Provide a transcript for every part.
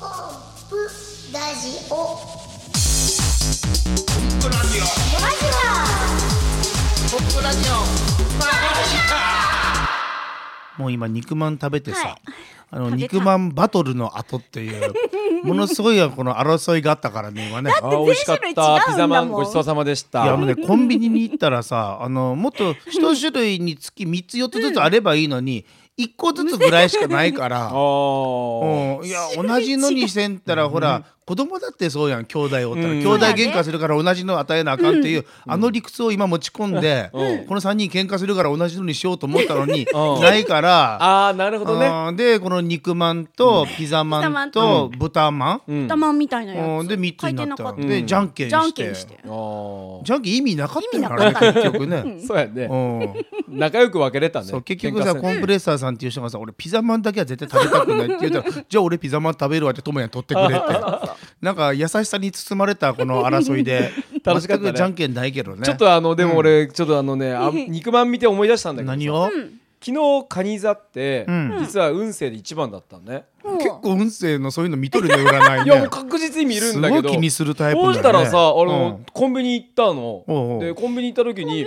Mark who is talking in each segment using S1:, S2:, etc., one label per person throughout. S1: ップラジオ
S2: ポップラジオ
S1: ラジ
S2: ポップラジオ
S3: もう今肉まん食べてさ、
S1: はい
S3: あの
S1: 食べた
S3: 肉まんバトルの後っていうものすごいこの争いがあったからね今ね。
S4: あー美味しかっ
S1: 全種類違うんだもん
S4: たピザマンごちそうさまでし
S3: いやあ
S4: た
S3: のねコンビニに行ったらさあのもっと一種類につき3つ4つずつあればいいのに1個ずつぐらいしかないから。
S4: おー
S3: うん、いや同じのにせんったらほら子供だってそうやん兄弟おったら、
S4: うん
S3: 兄弟喧嘩するから同じの与えなあかんっていう、あの理屈を今持ち込んで、この3人喧嘩するから同じのにしようと思ったのに、
S4: うん
S3: ないから。
S4: あーなるほどね
S3: あーでこの肉まんとピザ
S1: ピザ
S3: ま
S1: まん
S3: んと
S1: と
S3: 豚まん、
S4: うん
S1: 玉みたいな
S3: う
S1: や
S3: ん
S1: つ
S3: で3つになっ
S1: 回転な
S3: た
S1: か
S3: でじゃんけん
S1: じゃん
S3: し
S1: け
S3: て
S1: んして
S4: おー
S3: じゃんけん意味なかったよね
S1: 意味なかった
S3: あれね結局ね、
S4: そうやね
S3: うん、
S4: 仲良く分けれたね
S3: そう結局
S4: 喧嘩
S3: さ
S4: せん
S3: コンプレッサーさんっていう人がさ俺ピザマンだけは絶対食べたくないって言ったらじゃあ俺ピザマン食べるわってともやん取ってくれってなんか優しさに包まれたこの争いで
S4: 楽しかった
S3: 全
S4: ね
S3: くじゃんけんないけどね
S4: ちょっとあのでも俺ちょっとあの ねあ肉まん見て思い出したんだけど
S3: 何を、
S4: 昨日カニ座って
S3: うん
S4: 実は運勢で一番だったんね
S3: 結構運勢のそういうの見とるね占いね
S4: いやもう確実に見るんだけ
S3: すご
S4: ど
S3: い気にするタイプだ
S4: そ
S3: よ
S4: う
S3: ね
S4: したらさあ
S3: う
S4: の
S3: ん
S4: コンビニ行ったの
S3: おうおう
S4: でコンビニ行った時に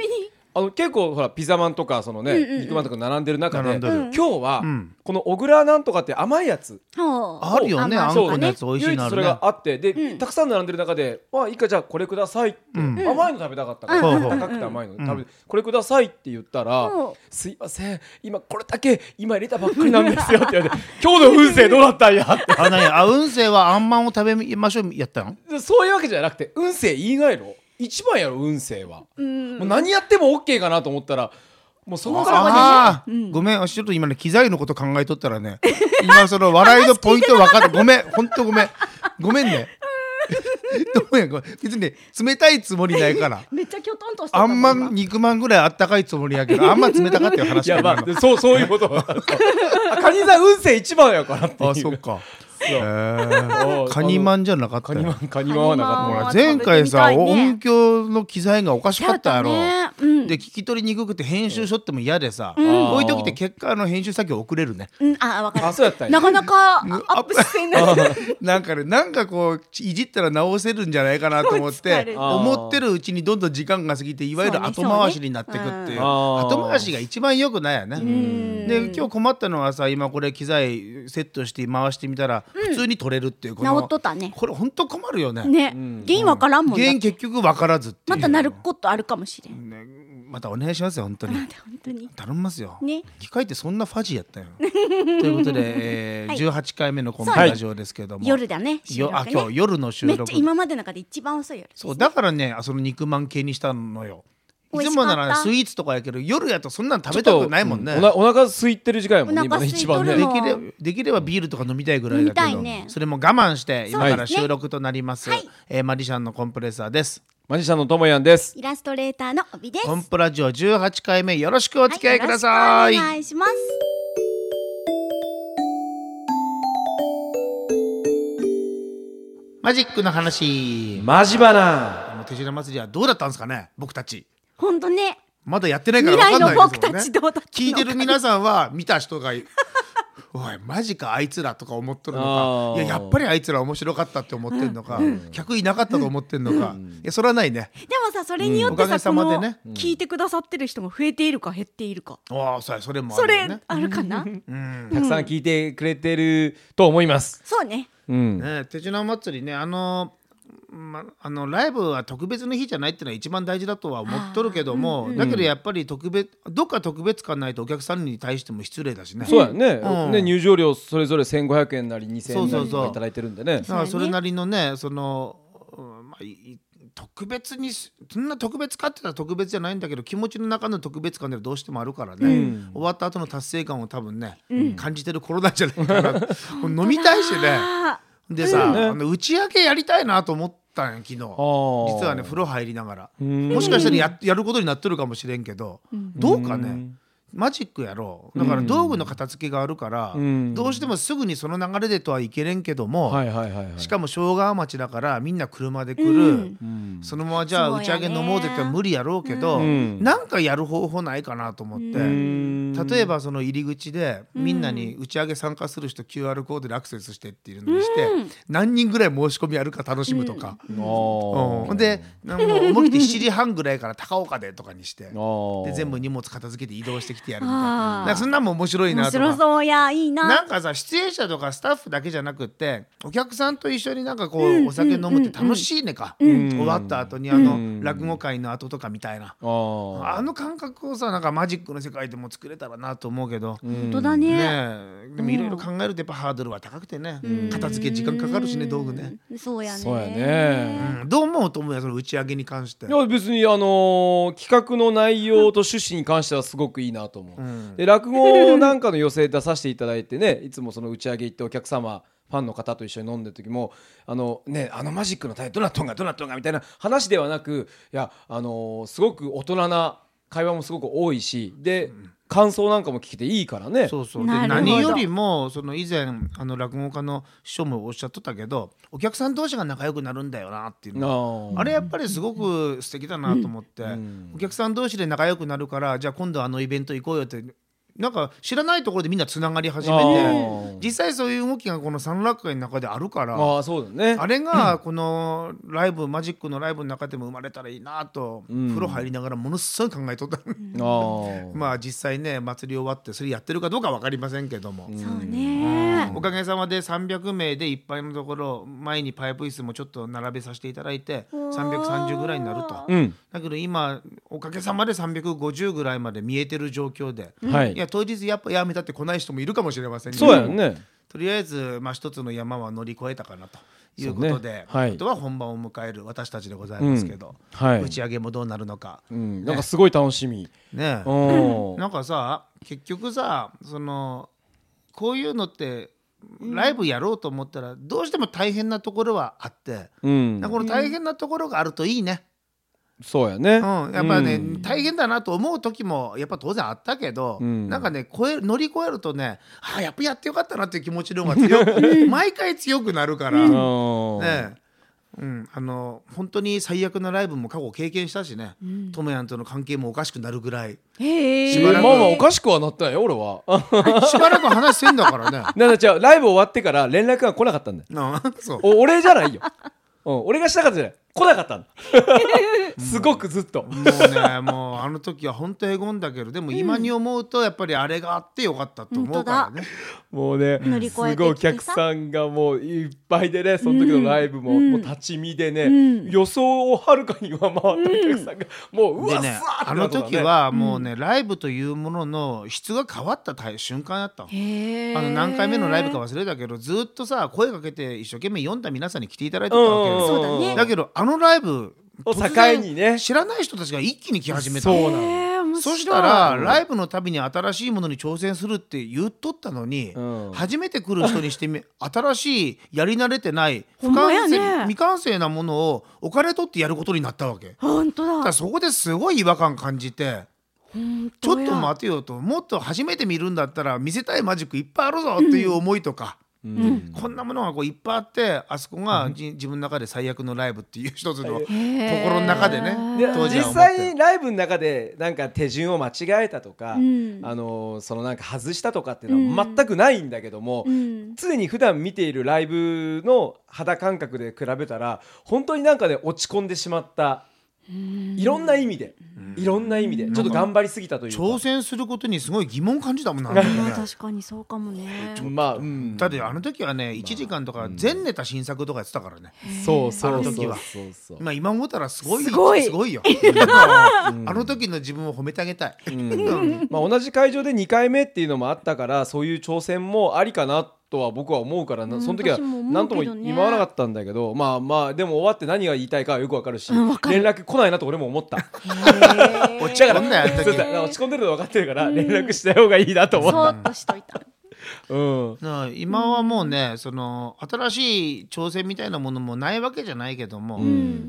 S4: あの結構ほらピザマンとかそのね肉まんとか並んでる中で
S3: 並んでる
S4: 今日は
S3: うん
S4: この小倉なんとかって甘いやつ
S1: ほう
S3: あるよね
S1: あ
S3: あん
S4: そう
S3: このやつ美味しい
S4: 唯
S3: のある
S4: 一そ
S3: ね
S4: れがあってで、
S1: うん
S4: たくさん並んでる中で「まあいいかじゃあこれください」って、
S3: うん
S4: 甘いの食べたかったから、
S3: うん
S4: 高くて甘いの食べて、これください」って言ったら「
S1: うん
S4: すいません今これだけ今入れたばっかりなんですよ」って言われて「今日の運勢どうだったんや」って
S3: あ何あ運勢はあんまんを食べましょうやったの
S4: でそういうわけじゃなくて運勢以外の一番やろ運勢は、
S1: ん
S4: もう何やっても OK かなと思ったらもうそこから
S3: ああー、ごめん、ちょっと今ね、機材のこと考えとったらね、今その笑いのポイント分かった。ごめん、ほんとごめん。ごめんね。どうやごめん別にね、冷たいつもりないから。
S1: めっちゃきょとんとしてた
S3: あんま
S1: 今
S3: 肉まんぐらいあったかいつもりやけど、あんま冷たかったよ、
S4: い
S3: 話
S4: や
S3: が
S4: まあでそうそうい うことあカニ座運勢一番やからっていう
S3: あ、そっか。へ
S4: お
S3: ー
S4: う
S3: カニまんじゃなかっ
S4: カ
S3: た
S4: ニマ
S3: よ。
S4: ンカニマンはなかった
S1: カニマン
S3: ほら
S1: は
S3: 前回
S1: 食
S3: さ、
S1: べてみたいね
S3: 音響の機材がおかしかったやろ。
S1: やったねうん
S3: で、聞き取りにくくて編集しとっても嫌でさ、
S4: ん
S3: こういう時って結果あの編集作業遅れるね。
S1: うんあわか
S4: あそうやった
S1: る
S4: んや
S1: なかなかあアップしてない
S3: なんかねなんかこういじったら直せるんじゃないかなと思っ
S1: そう 疲れ
S3: て
S1: る
S3: 思ってるうちにどんどん時間が過ぎていわゆる後回しになってくっていう
S1: そうねそうね
S4: うんあー
S3: 後回しが一番良くないよね。で今日困ったのはさ今これ機材セットして回してみたら普通に取れるっていうこの
S1: 治っとったね
S3: これ本当困るよね。
S1: ね原因わからんもん
S3: 原因
S1: ね
S3: 結局分からずってい
S1: ま
S3: う
S1: たなることあるかもしれん
S3: ねまたお願いしますよ本当に
S1: ま。た本当に
S3: 頼みますよ、
S1: ね
S3: 機械ってそんなファジーやったよ ということで、えー
S1: はい
S3: 18回目のコンビラジオですけれども、
S1: 夜だね収
S3: よ
S1: 録
S3: あ
S1: ね
S3: 今日夜の収
S1: めっ
S3: 録
S1: ちゃ今までの中で一番遅い夜
S3: そうだからねあその肉まん系にしたのよい
S1: 美味
S3: つ
S1: しか
S3: も
S1: った
S3: ならスイーツとかやけど夜やとそんなん食べ
S4: ち
S3: た
S4: ょっ
S3: く
S4: と
S3: ないもんね、
S4: うおなお腹空いてる時間やもんね
S1: お腹
S4: 今
S1: 空
S4: ね
S1: い
S4: 一番
S1: と
S4: ね
S1: る
S3: で
S1: の
S3: きれできればビールとか飲みたいぐらいだ
S1: 飲み
S3: け
S1: た
S3: ど、
S1: いね
S3: それも我慢して今
S1: そう
S3: か
S1: で
S3: ら
S1: すね
S3: 収録となります、
S1: はい
S3: えーマリシャンのコンプレッサーです
S4: マジシャンのともやんです
S1: イラストレーターの帯です
S3: コンプラジオ18回目よろしくお付き合いくださ、
S1: はいよろしくお願いします
S3: マジックの話
S4: マジバナ
S3: あの手品祭りはどうだったんですかね僕たち
S1: 本当ね
S3: まだやってないから分
S1: 未
S3: か
S1: 来
S3: んな
S1: の
S3: いですもん
S1: 僕たちどうだったのか
S3: 聞いてる皆さんは見た人がい おいマジかあいつらとか思っとるの
S4: あ
S3: か
S4: ー
S3: いややっぱりあいつら面白かったって思ってんのか、客いなかったと思ってんのか、いやそれはないね
S1: でもさそれによっ
S3: う
S1: て
S3: んおかげ
S1: さ、
S3: さま
S1: こ
S3: で
S1: の
S3: ね
S1: 聞いてくださってる人が増えているか減っているか、
S3: ああそれそれもあ
S1: そ
S3: る
S1: れ
S3: よね
S1: あるかな、
S3: うん
S4: たくさん聞いてくれてると思います。
S1: そうね
S4: うん。
S3: ね手品祭りねあのま、あのライブは特別な日じゃないってのは一番大事だとは思っとるけども、だけどやっぱり特別どっか特別感ないとお客さんに対しても失礼だしね。
S4: そうやね,、
S3: うん
S4: ね入場料それぞれ1500円なり2000円
S3: そ
S4: な
S3: う
S4: り
S3: そうそう
S4: いただいてるんでね
S3: だからそれなりのねその、うんまあ、いい特別にしそんな特別かって言ったら特別じゃないんだけど気持ちの中の特別感ではどうしてもあるからね、終わった後の達成感を多分ね、感じてる頃なんじゃないかなもう飲みたいしね
S1: あ
S3: でさ、
S4: うん
S3: あの打ち上げやりたいなと思ったんよ昨日実
S4: ー
S3: はね風呂入りながら
S4: ん
S3: もしかしたらややることになってるかもしれんけど、どうかねマジックやろうだから道具の片付けがあるから、
S4: うん
S3: どうしてもすぐにその流れでとはいけれんけども、
S4: はいはいはい、はい、
S3: しかも正川町だからみんな車で来る、
S4: うん
S3: そのままじゃあ
S1: そうや
S3: 打
S1: ね
S3: ち上げ飲もうぜって言ったら無理やろうけど、
S4: うん
S3: なんかやる方法ないかなと思って、
S4: ん
S3: 例えばその入り口でみんなに打ち上げ参加する人 QR コードでアクセスしてっていうのにして何人ぐらい申し込みあるか楽しむとか、うんほんでなんかもう思い切って7時半ぐらいから高岡でとかにしてで全部荷物片付けて移動してきてやるみたいな
S1: あー
S3: なんかそんなんも面白いな
S1: 面
S3: と
S1: 白
S3: か。
S1: そうやいいな
S3: なんかさ出演者とかスタッフだけじゃなくってお客さんと一緒になんかこう、お酒飲むって楽しいねか、終わった後にあの、落語会の後とかみたいな、
S4: あ
S3: あの感覚をさなんかマジックの世界でも作れたらなと思うけど、
S1: 本当だね
S3: ねえでもいろいろ考えるとやっぱハードルは高くてね、片付け時間かかるしね道具ね、
S1: そうやね
S4: そうやね
S3: うん、どう思うと思うやその打ち上げに関して
S4: いや別にあのー企画の内容と趣旨に関してはすごくいいなと思う、
S3: ん
S4: で落語なんかの寄席出させていただいてねいつもその打ち上げ行ってお客様ファンの方と一緒に飲んでる時もあのねあのマジックのタイトルどなっとんがどなっとんがみたいな話ではなくいやあのーすごく大人な会話もすごく多いしで感想なんかも聞けていいからね
S3: そうそうで
S1: なるほど
S3: 何よりもその以前あの落語家の師匠もおっしゃっとったけどお客さん同士が仲良くなるんだよなっていうの
S4: あ
S3: あれやっぱりすごく素敵だなと思って、お客さん同士で仲良くなるからじゃあ今度あのイベント行こうよってなんか知らないところでみんなつながり始めて
S4: あー
S3: 実際そういう動きがこの三楽会の中であるから。
S4: ああそうだね
S3: あれがこのライブ、マジックのライブの中でも生まれたらいいなと、
S4: ん
S3: 風呂入りながらものすごい考えとった、
S4: あ ー
S3: まあ実際ね祭り終わってそれやってるかどうか分かりませんけども、
S1: そうね
S3: おかげさまで300名でいっぱいのところ前にパイプ椅子もちょっと並べさせていただいて330ぐらいになると、
S4: うん
S3: だけど今おかげさまで350ぐらいまで見えてる状況で、
S4: はい
S3: いや当日やっぱやめたって来ない人もいるかもしれませんけど
S4: そうやんね、
S3: とりあえず、まあ、一つの山は乗り越えたかなということで、
S4: そうねはい
S3: あとは本番を迎える私たちでございますけど、
S4: うんはい
S3: 打ち上げもどうなるのか、
S4: うん、なんかすごい楽しみ、
S3: ね
S4: う
S3: え
S4: ん
S3: なんかさ結局さそのこういうのってライブやろうと思ったらどうしても大変なところはあって、
S4: うん
S3: なんかこの大変なところがあるといいね。
S4: そうやね。
S3: うん、やっぱね、
S4: うん
S3: 大変だなと思う時もやっぱ当然あったけど、
S4: うん
S3: なんかね超え乗り越えるとねあやっぱやってよかったなっていう気持ちの方が強く毎回強くなるから、
S4: うん
S3: ねえうん、あの本当に最悪なライブも過去経験したしね、トモヤンとの関係もおかしくなるぐらい
S1: へえ
S3: しばらく
S4: まあまあおかしくはなったんよ俺 は。
S3: しばらく話してんだからね。
S4: なんだじゃあライブ終わってから連絡が来なかったんだよ。
S3: なそう
S4: お俺じゃないよ。うん、俺がしたかったじゃない。来なか ったんだ。すごくずっと。
S3: もうねもうあの時は本当へこんだけどでも今に思うとやっぱりあれがあってよかったと思うからね。
S4: もうね
S1: 乗り
S4: す
S1: 越
S4: ご
S1: えてきてさ
S4: いお客さんがもういっぱいでねその時のライブも,、もう立ち見でね、予想をはるかに上回ったお客さんが、もうう
S3: で
S4: わっ
S3: ね
S4: さーって
S3: あ
S4: な
S3: の
S4: ったからね
S3: 時はもうね、ライブというものの質が変わった大瞬間だったの。
S1: へえ
S3: あの何回目のライブか忘れたけどずっとさ声かけて一生懸命読んだ皆さんに来ていただいてたわけ
S1: そ
S3: よ
S1: うだね
S3: だけどあのライブ
S4: を
S3: 突
S4: 境にね
S3: 然知らない人たちが一気に来始めたの
S4: そうなのよ。
S1: へえ面白い
S3: そしたらライブのたびに新しいものに挑戦するって言っとったのに、
S4: うん
S3: 初めて来る人にしてみ 新しいやり慣れてない
S1: ほんまやね
S3: 未完成なものをお金取ってやることになったわけ。だ
S1: 本当
S3: か
S1: だ
S3: らそこですごい違和感感じてちょっと待てよともっと初めて見るんだったら見せたいマジックいっぱいあるぞっていう思いとか、
S4: うん
S3: こんなものがこういっぱいあってあそこがじ自分の中で最悪のライブっていう一つの心の中でね
S4: で
S3: 当時
S4: 実
S3: は思って
S4: 際にライブの中でなんか手順を間違えたとか、
S1: ん
S4: あのーそのなんか外したとかっていうのは全くないんだけども、
S1: うん
S4: 常に普段見ているライブの肌感覚で比べたら本当になんかね落ち込んでしまったいろんな意味でいろんな意味でちょっと頑張りすぎたというか
S3: 挑戦することにすごい疑問感じたもんなんだよ
S1: あ
S3: ね
S1: ー。確かにそうかもね
S4: まあ、うん、
S3: だってあの時はね1時間とか全ネタ新作とかやってたからね、
S4: そうそうそ
S3: あの時
S4: う
S3: は
S4: そうそう
S3: まあ今思ったらすごい
S1: すごい
S3: よだからあの時の自分を褒めてあげたい、うん
S4: まあ、同じ会場で2回目っていうのもあったからそういう挑戦もありかなとは僕は思うからな、
S1: うん
S4: その時は
S1: 私も思うけどね
S4: 何とも言わなかったんだけどまあまあでも終わって何が言いたいかはよくわかるし、
S1: うんわか
S4: 連絡来ないなと俺も思った
S1: へえ
S3: 落ち上が
S4: だ
S3: るん
S4: か
S3: だよあ
S4: ら
S3: の
S4: そう
S3: 時
S4: だから落ち込んでるの分かってるから連絡した方がいいなと思った、
S1: そーっとしといた
S4: うん
S3: なあ今はもうねその新しい挑戦みたいなものもないわけじゃないけども、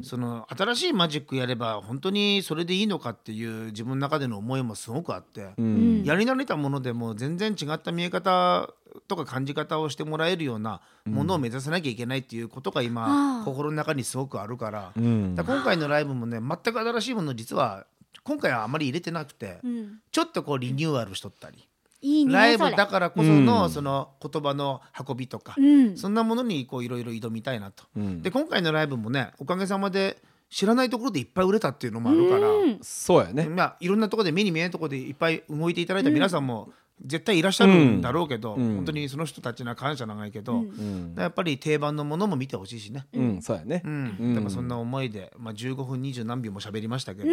S3: その新しいマジックやれば本当にそれでいいのかっていう自分の中での思いもすごくあって、
S1: うん
S3: やり慣れたものでも全然違った見え方とか感じ方をしてもらえるようなものを目指さなきゃいけないっていうことが今、
S1: あー
S3: 心の中にすごくあるから,、
S4: ん
S3: 今回のライブもね全く新しいものを実は今回はあまり入れてなくて、
S1: うん
S3: ちょっとこうリニューアルしとったり、
S1: いいね
S3: ライブ
S1: それ
S3: だからこその、
S4: うん
S3: その言葉の運びとか、
S1: うん
S3: そんなものにこういろいろ挑みたいなと、
S4: うん
S3: で今回のライブもねおかげさまで知らないところでいっぱい売れたっていうのもあるから、
S1: うん
S4: そうやね
S3: まあ、いろんなところで目に見えないところでいっぱい動いていただいた皆さんも絶対いらっしゃるんだろうけど、
S4: うん
S3: 本当にその人たちには感謝長いけど、
S1: うん
S4: うん、
S3: やっぱり定番のものも見てほしいしね。
S4: うん、そうやね
S3: うん
S4: うん
S3: でもそんな思いで、まあ、15分20何秒も喋りましたけど、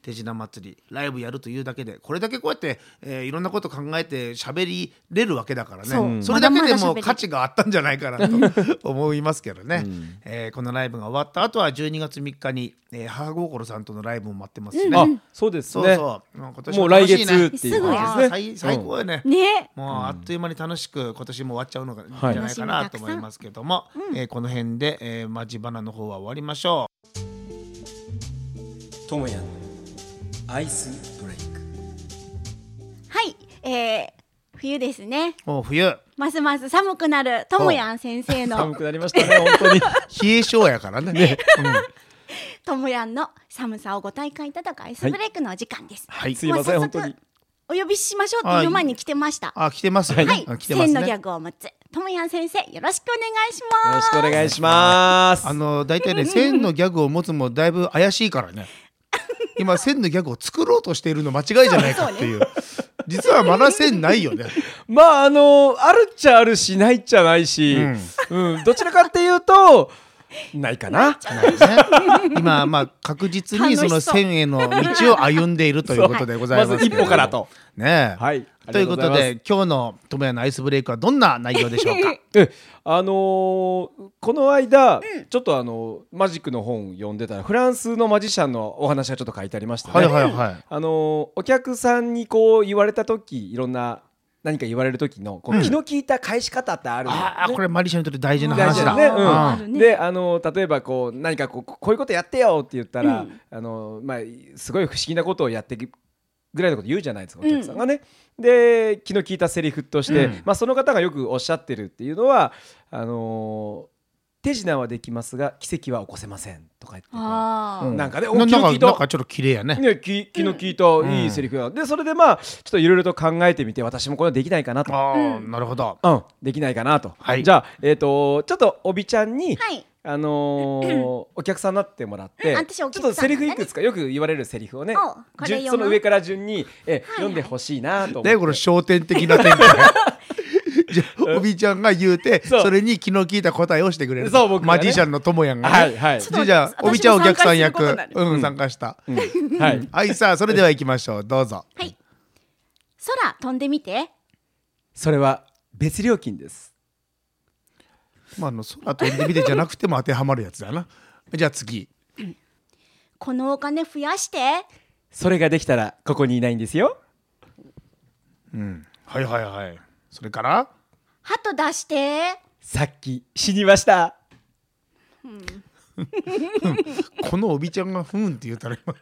S3: 手品祭りライブやるというだけでこれだけこうやって、えーいろんなこと考えて喋りれるわけだからね
S1: そう
S3: うんそれだけで
S1: まだまだ
S3: も
S1: 喋れる
S3: 価値があったんじゃないかなと思いますけどね、えーこのライブが終わった後は12月3日に、えー母心さんとのライブも待ってますしね。
S4: あそうです
S3: そう
S4: ね
S3: そう、もう今年
S4: もう
S3: 楽
S4: 来
S3: しいね
S4: 月っていう
S1: すぐや
S4: 感
S3: あ
S4: じ
S3: ー
S4: ですね
S3: 最最高やね、
S1: ね
S3: もうあっという間に楽しく今年も終わっちゃうのが、
S4: はい
S3: じゃないかなと思いますけども、えーこの辺で、えー、マジバナの方は終わりましょう。
S5: ともやんのアイスブレイク
S1: はいえー冬ですね
S3: もう冬冷
S1: ますます寒くなるともやん先生
S4: 寒
S1: の
S4: くなりましたね本 当に
S3: え性やからね
S1: ともやんの寒さをご体感いただくアイスブレイクのお時間です、
S3: はい
S4: すいませ
S1: も
S4: ん
S1: う
S4: 本
S1: 早速
S4: 当に
S1: お呼びしましょうっていう前に来てました
S3: あ来てますね、
S1: はい、
S3: あ来てます
S1: 千のギャ
S3: ね。
S1: グを持つともやん先生よろしくお願いし
S4: よ
S1: ま
S4: ろ
S1: す
S4: しくお願いします
S3: あの大体ね千のギャグを持つもだいぶ怪しいから ね。今千のギャグを作ろうとしているの間違いじゃないかって いう。実はまだ千ないよね。
S4: まああのあるっちゃあるしないっちゃないし、うんどちらかっていうとないかな
S3: ね今まあ確実にその
S1: 楽しそう
S3: 線への道を歩んでいるということでございます
S4: まず
S3: け
S4: 一
S3: ど
S4: 歩からと。
S3: ねえ、
S4: はい
S3: ということ
S4: ありがとうござい
S3: で今日の「ともやのアイスブレイク」はどんな内容でし ょうか
S4: えあのーこの間、ちょっとあのマジックの本読んでたらフランスのマジシャンのお話がちょっと書いてありましたね。
S3: はいはいはい
S4: あのお客さんにこう言われた時いろんな何か言われる時のこう気の利いた返し方ってあるのよ
S3: ああこれマリシャにとって大事な
S4: 大
S3: 話
S4: 事
S3: だ
S4: だね。
S1: あーあ
S4: う
S1: る
S4: ん、
S1: ね
S4: であの例えばこう何かこうここういうことやってよって言ったら、あのまあ、すごい不思議なことをやってくぐらいのこと言うじゃないですかお客さんがね。で気の利いたセリフとして、まあ、その方がよくおっしゃってるっていうのはあの手品はできますが奇跡は起こせませんとか言ってこう
S1: あー
S4: うんなんかね
S3: な
S4: お気の
S3: な
S4: 利
S3: ん
S4: い
S3: かなん
S4: た
S3: かちょっと綺麗やね
S4: ね、き 気の利いたいいセリフが、でそれでまあちょっといろいろと考えてみて私もこれできないかなと、
S3: ああ、なるほど
S4: うん、できないかなと、
S3: はい
S4: じゃあ、えー、とちょっとおびちゃんに、
S1: はい
S4: あのー お客さんになってもらって、
S1: うん
S4: ち
S1: 私
S4: ょ
S1: お
S4: っ
S1: 客さん
S4: とセリフいくつかよく言われるセリフをね
S1: おこれ
S4: 順
S1: 読
S4: そ
S1: む
S4: の上から順に、え読んでほしいなと思って。
S3: ねこの焦点的な 展開じゃあおびちゃんが言うて
S4: そ
S3: そうれに気の利いた答えをしてくれる
S4: そう僕がね
S3: マジシャンのともやんがね、
S4: はいはい
S1: ょっと
S3: じゃあ
S1: 私
S3: おびちゃんお客さん
S1: も
S3: 役
S1: 参加することに
S3: うん参加した、
S4: はい、
S3: はいさあそれでは行きましょうどうぞ
S1: はい空飛んでみて
S4: それは別料金です。
S3: まああの空飛んでみてじゃなくても当てはまるやつだなじゃあ次
S1: このお金増やして
S4: それができたらここにいないんですよ。
S3: はいはいはいそれから
S1: 鳩出して
S4: さっき死にました。
S3: このおびちゃんが「ふん」って言うたら今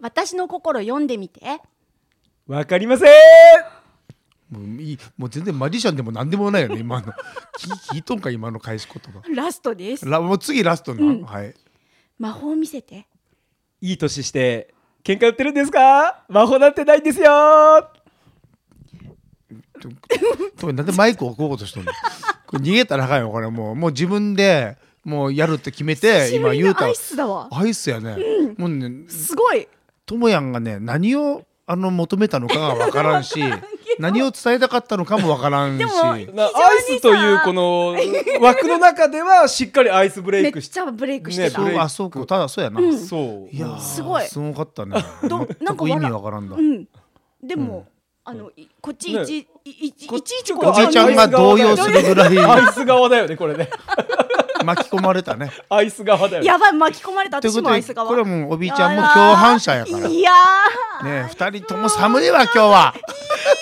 S1: 私の心読んでみて
S4: わかりません。
S3: もういいもう全然マジシャンでも何でもないよね今の聞聞いとんか今の返し言葉
S1: ラストです
S3: ラもう次ラストな、はい
S1: 魔法見せて
S4: いい年して喧嘩売ってるんですか魔法なんてないんですよ
S3: ととなんでマイクを置こうとしてんのこれ逃げたらあかんよこれもうもう自分でもうやるって決めて今言うた
S1: アイスだわ
S3: アイスやね、もうね
S1: すごい
S3: ともやんがね何をあの求めたのかがわから んし何を伝えたかったのかもわからんし
S1: でも
S4: なアイ
S1: 非常にさ
S4: スというこの枠の中ではしっかりアイスブレ
S1: め
S4: イ
S1: っ
S4: クし
S1: ちゃブレイクしてた、
S3: そう
S4: ねブレイク
S3: あそうかただそうやな、い
S4: そう
S3: やー
S1: すごい
S3: すごかったね
S1: どなん
S3: 全
S1: か
S3: く意
S1: 笑
S3: 味わからんだ、
S1: うんでも、あのいこっちいち、いいいち
S4: こ
S1: いちいち
S4: こ
S1: こ
S3: お
S1: っち
S3: じいちゃんが動揺するぐらい
S4: アイス側だよねこれね
S3: 巻き込まれたね。
S4: アイス側だよね
S1: やばい巻き込まれた
S3: という
S1: 私
S3: こ
S1: も
S3: と
S1: ア
S3: で
S1: イス側
S3: これはもうおびちゃんも
S1: あら
S3: 共犯者やから。ね
S1: いやー
S3: え二人とも寒いわ今日は。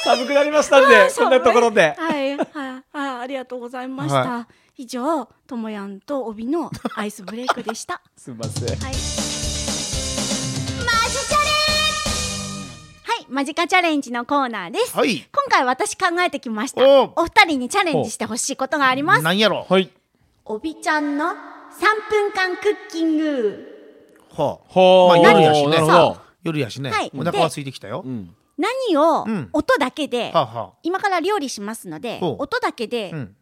S4: 寒くなりましたんでこんなところで
S1: はいはいはいありがとうございました、
S3: は
S1: 以上ともやんと帯のアイスブレイクでした
S4: すみません
S1: はいマジチャレはいマジカチャレンジのコーナーです、
S3: はい。
S1: 今回私考えてきました
S3: おう
S1: お二人にチャレンジしてほしいことがあります
S3: なんやろ。
S4: はい
S1: おびちゃんの3分間クッキング
S3: はあ
S4: はあ
S3: まあ、夜やし
S4: な
S3: ね
S4: るほど
S3: 夜やしね、
S1: はい
S3: お腹は空いてきたよ、
S4: うん
S1: 何を
S3: うん
S1: 音だけで、
S3: はあは
S1: 今から料理しますので
S3: ほう
S1: 音だけで
S3: あ、うん、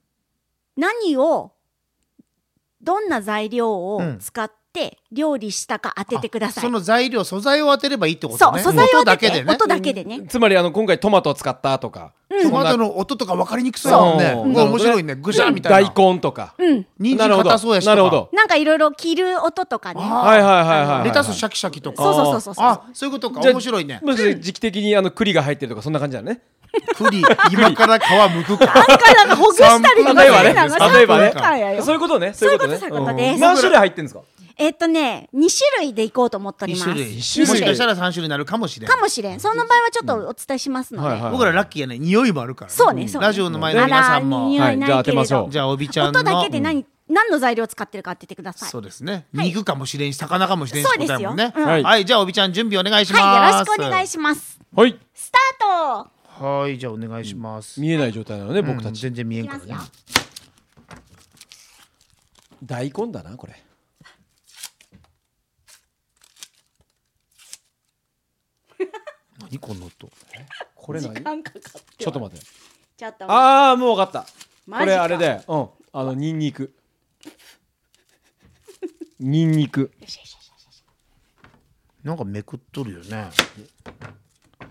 S1: 何をどんな材料を
S3: うん
S1: 使って料理したか当ててください、
S3: あその材料素材を当てればいいってこと
S1: そう
S3: ね
S1: 素材
S3: 音
S1: を当
S3: だ
S1: て
S3: け
S1: て
S3: でね
S1: 音だけでね
S4: つまりあの今回トマトを使ったとか、
S1: うん
S3: トマト
S4: の
S3: の音とか分かりにくそうやもんね、
S4: うん
S3: うん面白いねぐしゃみたいな
S4: 大根とか、
S1: うん
S3: 人
S4: な
S3: 参
S4: るほど
S3: 硬そうやしとか
S4: なるほど
S1: なんかいろいろ切る音とかね
S3: あ
S4: はいはいはいはいはい
S3: レタスシャキシャキとか
S1: そうそうそうそう
S3: あそういうことか
S4: じゃあ
S3: 面白いね
S4: もしかして時期的にあの栗が入ってるとかそんな感じだね
S3: 栗今から皮むくか
S1: なんかなんかほぐしたりとか
S4: 例えばね
S1: なんか
S4: 例えば
S1: そうい
S4: ね
S1: う感やよ
S4: そういうことね
S1: そういうこと
S4: ね
S1: そういうことです
S4: ん何種類入ってるんですか
S1: えっとね2種類でいこうと思っており
S3: 2
S1: ます
S3: 種類
S4: 一種類
S3: もしかしたら3種類になるかもしれん
S1: かもしれんその場合はちょっとお伝えしますので、
S4: はいはい
S3: 僕らラッキーやね匂いもあるからね
S1: そうねそうね
S3: ラジオの前の皆さん
S1: あら
S3: も
S1: 匂いないけれど、
S4: はいじゃあ当てましょう
S3: じゃあおびちゃんの
S1: 音だけで何,、何の材料を使ってるか当ててください
S3: そうですね肉かもしれんし魚かもしれんし
S1: そ
S3: 答
S1: うで
S3: え
S1: すよ
S3: もんね
S1: うん
S4: はい
S3: はいじゃあおびちゃん準備お願いします
S1: はいよろしくお願いします
S4: はい
S1: スタート
S3: ますはいじゃあお願いします
S4: 見えない状態なのね僕た
S3: うん
S4: ち
S3: 全然見えん
S1: いき
S3: か
S1: ま
S3: ら
S1: す
S3: ね
S1: よ
S4: 大根だなこれ
S3: 何この音
S4: これ
S1: 時
S4: 何
S1: 間かかって
S4: ちょっと待って
S1: ちょっと待って
S4: ああもう分かった
S1: マ
S4: こ
S1: ジか
S4: れあれだようんあのニン ニクニンニク
S1: よしよしよしよし
S3: なんかめくっとるよね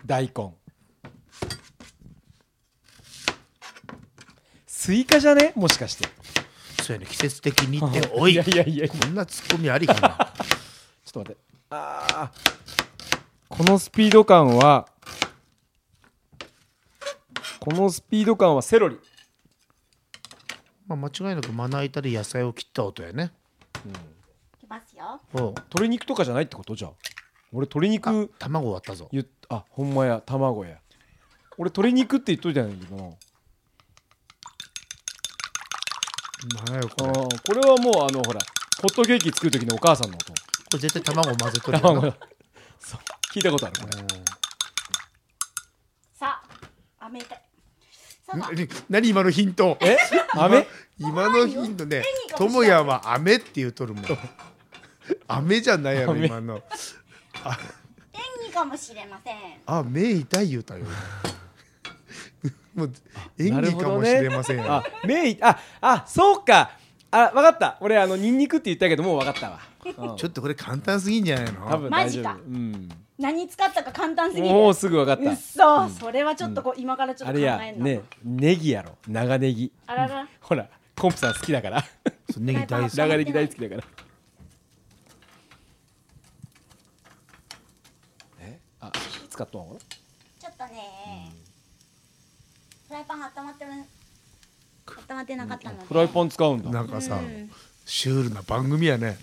S4: 大根スイカじゃねもしかして
S3: そうやね季節的にっておい
S4: いやいやいやいや
S3: こんなツッコミありかな
S4: ちょっと待って。あーこのスピード感は、このスピード感はセロリ。
S3: まあ間違いなくまな板で野菜を切った音やね
S1: いきますよ
S3: おう
S4: 鶏肉とかじゃないってことじゃん。俺、鶏
S3: あ
S4: 肉
S3: 卵割ったぞ
S4: 言っ、あ、ほんまや、卵や。俺、鶏肉って言っといたんだけどな。
S3: なんや
S4: あ
S3: これこ
S4: ーこれはもう、あの、ほら、ホットケーキ作る時のお母さんの音。
S3: れ絶対卵混ぜとるよ
S4: 卵
S3: な
S4: だ。 そう聞いたことある、これ。
S1: さあ飴痛いさあ
S3: ん何今のヒント
S4: え飴
S3: 今のヒントね
S1: 手に隠し、た
S3: ともやは飴って言うとるもん。飴じゃないやろ、
S4: 飴
S3: 今の。
S1: 演技かもしれません
S3: あ、目痛い言うたよ。 もう演技かもしれませんよ。
S4: あ、メイ、あ、あ、そうか。あ、わかった。俺、あの、ニンニクって言ったけど、もうわかったわ。うん
S3: ちょっとこれ簡単すぎんじゃない
S4: 多
S3: の
S4: 分
S1: マ
S4: 大
S1: ジ
S4: 丈
S1: か
S4: 夫。うん。
S1: 何使ったか簡単すぎる
S4: もうすぐ分かっ。
S1: うったそ、それはちょっとこう、今からちょっ
S4: あ
S1: と考
S4: れ
S1: え
S4: や
S1: んの
S4: ねネギやろ長ネギ
S1: あらら
S4: ほらコンプさん好きだから
S3: そうネギ大好き。
S4: 長ネギ大好きだからえあ使ったの
S1: ちょっとね、フライパン温まってる温まってなかったので
S4: フライパン使うん
S3: な
S4: だ
S3: んかさ、シュールな番組やね。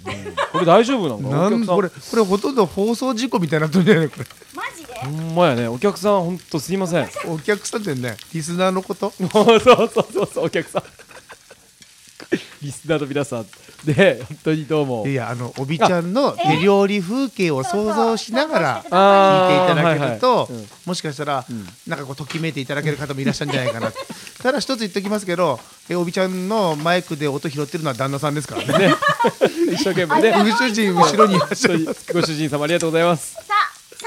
S4: これ大丈夫なの
S3: な
S4: お客
S3: ん
S4: さん
S3: これ、これほとんど放送事故みたいになっとるんじゃないのこれ。
S1: マジで
S4: ほんまやねお客さんほんとすいません
S3: お客さんってね、リスナーのこと。
S4: そうそうそうそうお客さんリスナーの皆さんで本当にどうも
S3: いや、あの、おびちゃんの手料理風景を想像しながら。聞い
S4: あ
S3: ていただけると、
S4: はいはいうん
S3: もしかしたら、なんかこうときめいていただける方もいらっしゃるんじゃないか なただ一つ言っておきますけどえおびちゃんのマイクで音拾ってるのは旦那さんですからね
S4: 一生懸命ね
S3: ご主人後ろにいらっしゃる
S4: ご主人様ありがとうございます
S1: さあ3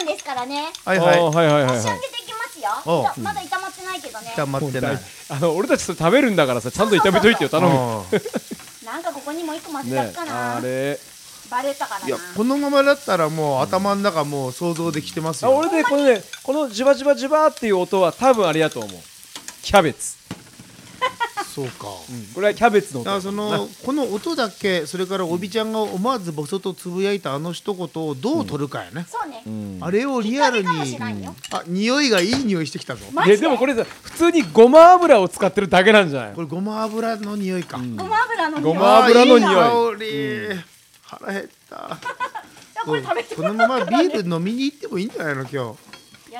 S1: 分間ですからね
S3: はい
S4: あ
S3: は
S4: ーはいはいはい
S1: 仕
S4: は
S1: 上
S4: い
S1: げていきますよ
S3: おう
S1: いやまだ炒まってないけどね
S3: い頑張ってない
S4: あの俺たちそれ食べるんだからさちゃんと炒めといてよ頼む
S3: うん
S1: なんかここにも一個混ぜた
S4: ね
S1: っかな、
S4: あれ
S1: バレたから
S3: いや
S1: な
S3: このままだったらもう頭の中もう想像できてます
S4: あ
S3: よ
S4: 俺ねこのねこのジュバジュバジュバーっていう音は多分あれだと思うキャベツ、
S3: そうか、
S4: これはキャベツの
S3: だから
S4: 音
S3: そのこの音だけそれからおびちゃんが思わずぼそっとつぶやいたあの一言をどう取るかやね、
S1: そうね、
S3: あれをリアルに
S1: 光かもしらんよ
S3: あ匂いがいい匂いしてきたぞ
S1: マジ
S4: え
S1: で
S4: でもこれさ普通にごま油を使ってるだけなんじゃない
S3: これごま油の匂いか、
S1: ごま油の匂い
S4: ごま油の匂い
S1: いいな
S3: あーいい香り、腹減った
S1: これ食べて
S3: このままビール飲みに行ってもいいんじゃないの今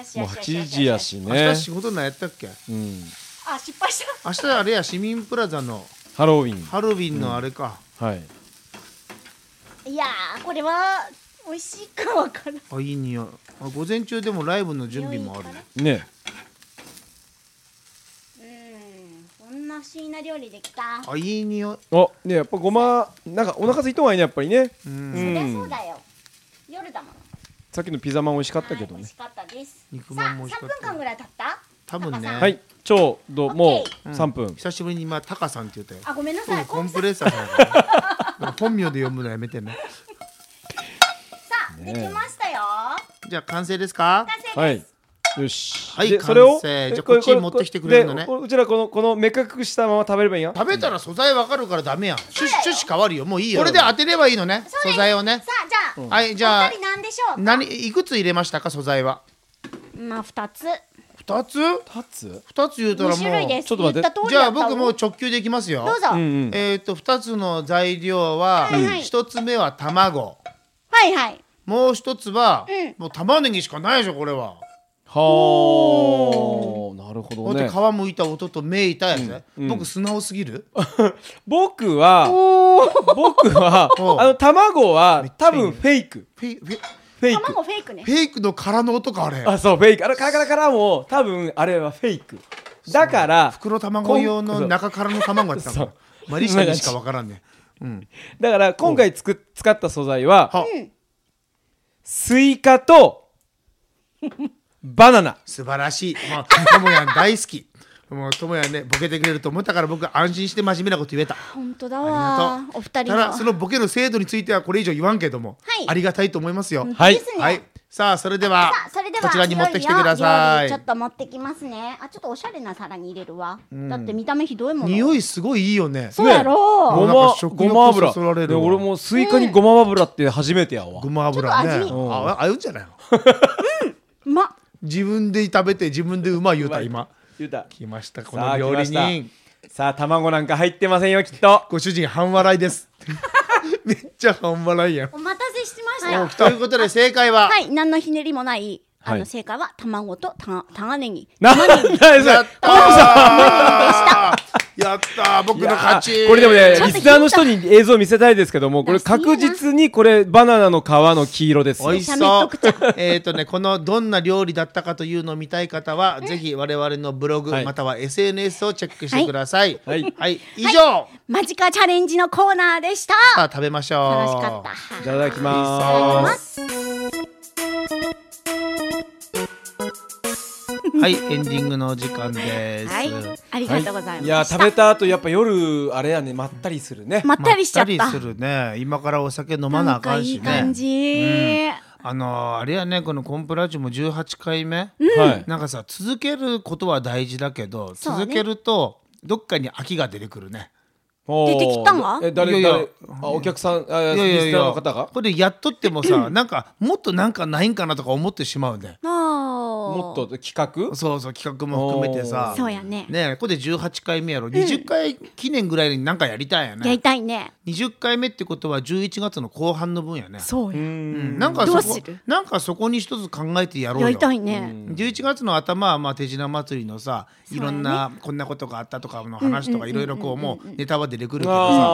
S1: よし
S4: もう
S1: よしよしよし
S4: 8時 や
S3: 日
S4: し
S3: 明
S4: ね
S3: 日仕事なんやったっけ
S4: うん
S1: あ失敗した
S3: 明日あれや市民プラザの
S4: ハロウィン
S3: ハロウィンのあれか、
S4: はい
S1: いやーこれは美味しいかわからん
S3: あいい匂いあ午前中でもライブの準備もあるね
S4: ね
S1: うんこんな不思議な料理できた。
S3: あいい匂い
S4: あねやっぱごまなんかお腹空いとんわいねやっぱりね
S3: うん
S1: そりゃ
S4: ん
S1: そうだよ。夜だもの。
S4: さっきのピザまん美味しかったけ
S1: はい
S4: ど
S1: 美味
S4: ね
S1: しかったです。
S3: 肉ま
S1: さ
S3: んも
S1: あ、
S3: 美味し
S1: 三
S3: かっ
S1: 分
S3: た
S1: 間ぐらい経った。
S3: 多分ね
S1: 高さん
S4: はいちょうどもう
S3: うん
S4: 3分
S3: 久しぶりに今タカさんって言ったよ
S1: あ、ごめんなさ
S3: うん
S1: い。
S3: コ
S1: コ
S3: ン
S1: ン
S3: プ
S1: プ
S3: レッサーさんやからね 本名で読むのやめてね
S1: さあ、できましたよ。
S3: じゃあ完成ですか
S1: 完成です。
S4: はいよし
S3: はい
S4: で
S3: 完成
S4: それを
S3: じゃあ
S4: え
S3: こっちに持ってきてくれるのね
S4: でこうちらこのこの目隠したまま食べればいいや
S3: 食べたら素材わかるからダメやん趣旨
S1: そうだよ
S3: 趣旨変わるよもういいよこれで当てればいいのね
S1: そうです
S3: 素材をね
S1: さあ、じゃあ、
S3: はいじゃあ
S1: お二人なんでしょうか。
S3: 何いくつ入れましたか素材は
S1: まあ、二つ。
S3: 二つ
S4: 立つ
S3: 二つ言うたらも
S1: 二
S3: う
S1: 種類です。
S4: ちょっと待って
S1: 言た通り
S3: じゃ
S1: だ
S3: あ
S1: ったわ
S3: 僕もう直球でいきますよ
S1: どうぞ。
S4: うんうん
S3: えっ、と二つの材料は
S1: はいはい
S3: 一、つ目は卵
S1: はいはい。
S3: もう一つは、
S1: うん
S3: もう玉ねぎしかないでしょこれは
S4: はあなるほ
S3: こ
S4: ど
S3: うや
S4: ね
S3: って皮むいた音と目いたやつ、
S4: うんうん
S3: 僕素直すぎる
S4: 僕は
S1: おお。
S4: 僕は
S3: おう
S4: あの卵は多
S3: めっちゃいい
S4: 分
S3: ね
S4: フェイク
S3: フェイフェイ
S4: フェイク
S1: 卵フェイクね
S3: フ。ェイクの殻の音かあれ
S4: あそうフェイクあのカラカラカラも多分あれはフェイクだから
S3: 袋卵用
S4: こ
S3: の
S4: ん
S3: 中からの卵やった
S4: そ
S3: もん
S4: う
S3: マリシャにしかわからんねうん
S4: だから今回つく使った素材は
S3: は、
S4: スイカとバ ナナ
S3: 素晴らしいもうともやん大好き もうともやんねボケてくれると思ったから僕安心して真面目なこと言えた
S1: 本当だ
S3: あり
S1: わ
S3: が。と
S1: お二人
S3: ただそ
S1: の。
S3: のボケる精度についてはこれ以上言わんけども、
S1: はい
S3: ありがたいと思いますよ
S4: は
S1: で
S4: い
S1: すね
S3: はいさあそれでは
S1: さあ、それでは。
S3: こちらに持ってきてくださ
S1: いよいよ料理ちょっ
S3: い
S1: と持ってきますね。あ、ちょっとおしゃれな皿に入れるわ。だって見た目ひどいもの。
S3: 匂
S1: い。
S3: いすごいいいよね
S1: そうやろう。
S3: も
S4: ご
S3: うなん
S4: ま
S3: か食
S4: ご
S3: 欲
S4: ま油
S3: そそられるわ
S4: で俺もスイカにごま油って初めてやわ、
S3: ごま油ね
S1: ちょっと味
S4: うん
S3: あ合うんじゃないの
S1: うまっ。
S3: 自分で食べて自分でうまい言うた
S4: うまい
S3: 今
S4: 言うた
S3: 来ましたこ
S4: さ
S3: の
S4: あ
S3: 料理
S4: 来まし
S3: 人
S4: たさあ卵なんか入ってませんよきっと
S3: ご主人半笑いです めっちゃ半笑いやん
S1: お待たせしました。
S3: ということで正解は、
S1: はい、何のひねりもない。あ
S4: はい
S1: の正解は卵とた玉ねぎ。
S4: なんだよそれ
S3: やったーやったー僕
S4: い
S3: の
S4: や
S3: 勝ち
S4: これでもね
S1: ちょっ
S4: リ
S1: と
S4: スナーの人に映像見せたいですけどもこれ
S1: 出すぎやな
S4: 確実にこれバナナの皮の黄色ですよ
S3: 美味し
S1: めちゃ
S3: そ
S1: め
S3: う
S1: ちゃくち。
S3: えっとね、このどんな料理だったかというのを見たい方は、ぜひ我々のブログ、
S4: はい
S3: または SNS をチェックしてください。
S4: はいはい
S3: 以上、
S1: マジカチャレンジのコーナーでした。
S3: さあ食べましょう。
S1: 楽しかった。
S4: いただき
S1: いただき
S4: ま
S1: ますす。
S3: はい、エンディングのお時間です。
S1: はい、ありがとうございます。
S4: いや食べた後やっぱ夜あれやねまったりするね
S1: まったりしちゃっ
S3: まった
S1: た
S3: りす。るね。今からお酒飲まな
S1: な
S3: あ
S1: ん
S3: か
S1: か
S3: ん
S1: い
S3: し
S1: い
S3: ね
S1: 感。じ。
S3: あのーあれやね、このコンプラジも18回目。
S4: はい
S3: なんかさ続けることは大事だけど、
S1: そうね
S3: 続けるとどっかに飽きが出てくるね。
S4: 出
S1: てきたんわ
S4: え誰
S3: いやいや
S4: 誰あお客さんあ
S3: いやいや
S4: リ
S3: い
S4: ス
S3: や
S4: ナーの方が
S3: これやっとっても さなんかもっとなんかないんかなとか思ってしまうね
S1: ああ。
S4: も
S1: も
S4: っと。企画
S3: そうそう企画も含めてさ
S1: そうやね。
S3: ねえここで18回目やろ20回記念ぐらいになんかやりたいよ
S1: やり
S3: ね、
S1: たいね。
S3: 20回目ってことは11月の後半の分やね
S1: そうや。
S3: うんなんかそ
S1: どう
S3: こ
S1: する
S3: なんかそこに一つ考えてやろうよ
S1: やりたいね。
S3: 11月の頭はまあ手品祭りのさいろんなこんなことがあったとかの話とかいろいろこうもうネタは出てくるけどさ
S4: あ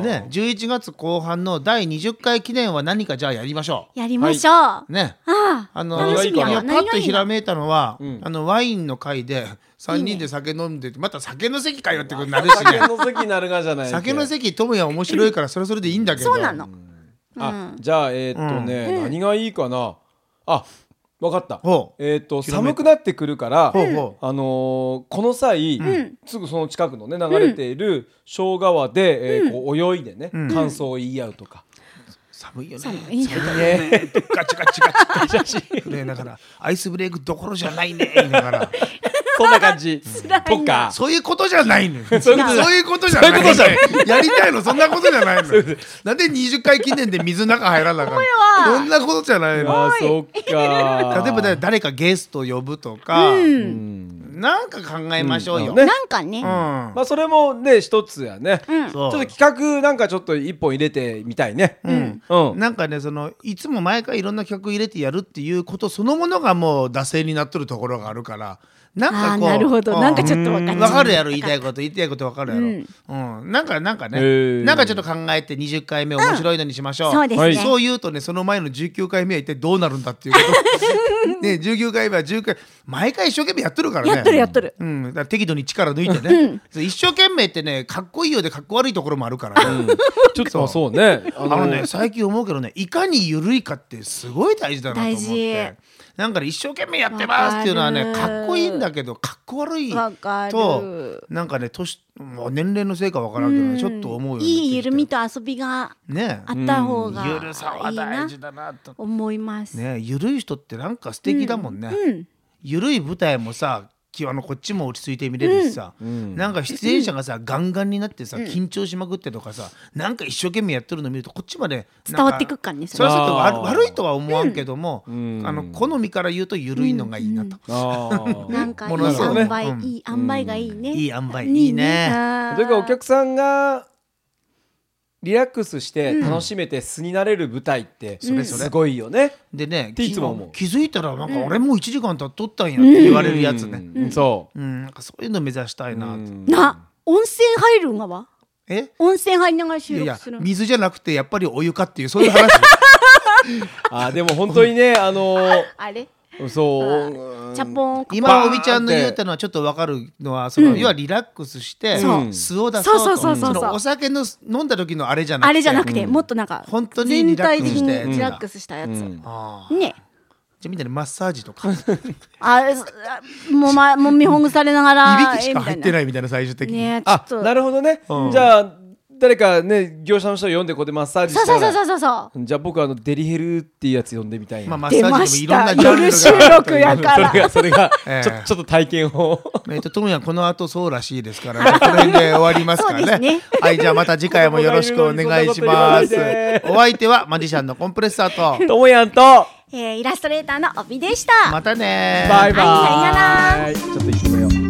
S4: ー
S3: ね11月後半の第20回記念は何かじゃあやりましょ
S1: やりましょう。あ
S3: うね
S1: あ。
S3: あの
S1: 楽
S4: しみやわ
S3: いやパ
S1: 何がい
S3: ッ
S1: いの
S3: とひらめいたのは、
S4: ん
S3: あのワインの会で3人で酒飲んでてまた酒の席かよってことになるし
S4: 酒
S3: ね
S4: の席なるがじゃない
S3: 酒の席ともや面白いからそれはそれでいいんだけど
S1: そうなの。
S4: あじゃあえーっとね何がいいかなあわかった
S3: ほう
S4: えーっと
S3: 広め
S4: 寒くなってくるからあ
S3: ほう
S4: の
S3: ほ
S4: ーこの際すぐその近くのね流れている小川でえーこう泳いでね
S3: ん
S4: 感想を言い合うとか
S3: 寒いよね
S1: そうなの。いいね。
S4: ね
S3: ガチガチガチガチガチ震えながらアイスブレイクどころじゃないね言いながら
S4: そんな感じ
S1: な
S4: と か
S3: そういうことじゃないのよそう
S4: そういうことじゃ
S3: いうことじゃない
S4: そういうことじゃない
S3: やりたいのそんなことじゃ ないのよなんで20回記念で水の中入らなあかったそんなことじゃないの
S4: あーそっ か
S3: 例えばね誰かゲスト呼ぶとか、
S4: うん
S3: なんか考えましょうよ、
S4: うんね
S1: なんかね。
S3: うん
S4: まあそれもね一つやね、ち
S3: そ
S4: ょ
S3: う
S4: っと企画なんかちょっと一本入れてみたいねうん、うん、
S3: なんかねそのいつも毎回いろんな企画入れてやるっていうことそのものがもう惰性になっとるところがあるからなん
S1: あ
S3: か
S1: あ
S3: こう
S1: なるほど
S3: う
S1: なんかちょっと分かっちゃう
S3: わかるやろ言いたいこと言いたいことわかるやろ、うんなんかなんか
S4: へ
S3: ね
S4: ー
S3: なんかちょっと考えて20回目面白いのにしましょう、
S1: そうですね
S4: はい
S3: そう言うとねその前の19回目は一体どうなるんだっていうこと ね19回目は10回毎回一生懸命やってるからね
S1: やっとるやっとる
S3: うん、だから適度に力抜いてね、そう一生懸命ってねかっこいいようでかっこ悪いところもあるからね、
S4: ちょっとそうねあ
S3: あ
S4: の
S3: のね最近思うけどねいかに緩いかってすごい大事だなと思っ
S1: 大事
S3: てなんかね一生懸命やってますっていうのはね
S1: わかる
S3: かっこいいんだけどかっこ悪い
S1: わかる
S3: となんかね年もう年齢のせいかわからんけどねちょっと思うようになってきて
S1: いい緩みと遊びが
S3: ね
S1: あった方がい
S3: ゆるさはい大
S1: な
S3: 事だなと
S1: 思います、
S3: ね緩い人ってなんか素敵だもんね、緩い舞台もさきあのこっちも落ち着いて見れるしさ、なんか出演者がさ、ガンガンになってさ緊張しまくってとかさなんか一生懸命やってるの見るとこっちまでなん
S1: 伝わってくっかんね
S3: それはちょっと悪
S4: あー
S3: 悪いとは思わんけども、
S4: ん
S3: あの好みから言うと緩いのがいいなと、
S4: あ ー
S1: なんかいい
S3: 物
S1: 塩
S3: 事ね
S1: 梅、
S3: うん
S1: いい塩梅がいいね、
S3: いい塩梅いいね
S1: あー
S4: というかお客さんがリラックスして楽しめて素になれる舞台ってそれすごいよね。
S3: でね
S4: て
S3: き
S4: いつも思う
S3: 気づいたらなんか俺もう1時間経っとったんやって言われるやつね、
S4: うん。そ
S3: うんなんかそういうの目指したいなと、
S4: う。
S1: な温泉入るんがわ
S3: え
S1: 温泉入りながら
S3: い
S1: 収
S3: やい
S1: 録
S3: や
S1: するの
S3: 水じゃなくてやっぱりお湯かっていうそういう 話
S4: あーでも本当にね あの
S1: あれ
S4: ーそう
S1: チャポン
S3: 今おびちゃんの言うたのはちょっと分かるのはその、要はリラックスして
S1: そう
S3: 素を出そうと
S1: そうそうそうそうそう
S3: のお酒の飲んだ時のあれじゃなくて
S1: あれじゃなくて、もっとなんか
S3: 本当に
S1: 全
S3: リラッ
S1: 体
S3: ク
S1: 的
S3: スして
S1: にリラックスしたやつ、
S3: あ
S1: ね
S3: ーじゃあみんなでマッサージとかい
S1: あすあもうまもみほぐされながら
S3: びきしか入って
S1: い
S3: ないみたいな最終的に、
S1: ねちょ
S4: あ
S1: っと
S4: なるほどね。じゃあ誰かね業者の人呼んでここでマッサージ
S1: そう
S4: した
S1: そうそう
S4: ら
S1: そうそうそう
S4: じゃあ僕あのデリヘルっていうやつ呼んでみたい
S3: まあ、
S4: な。
S3: マッ
S1: 出
S3: サ
S1: ま
S3: ージ
S1: し
S3: でもいろん
S1: た
S3: なジャンル
S1: 夜収
S3: があると
S1: 録
S3: いう
S1: や か
S4: それ
S1: ら
S4: がそれが
S3: ええ
S4: ちょちょっと体験を。
S3: えっと、ともやんこの後そうらしいですから、ね、この辺で終わりますから
S1: そう
S3: ね
S1: ですね
S3: はい、じゃあまた次回もよろしくお願いします
S4: 子供がい るのにそんなこと言わないで。
S3: お相手はマジシャンのコンプレッサーと、
S4: ともやんと
S1: えーイラストレーターの帯でした
S3: またねー
S4: バイバイ。
S1: はいさよなら
S4: ちょっと行ってこよう。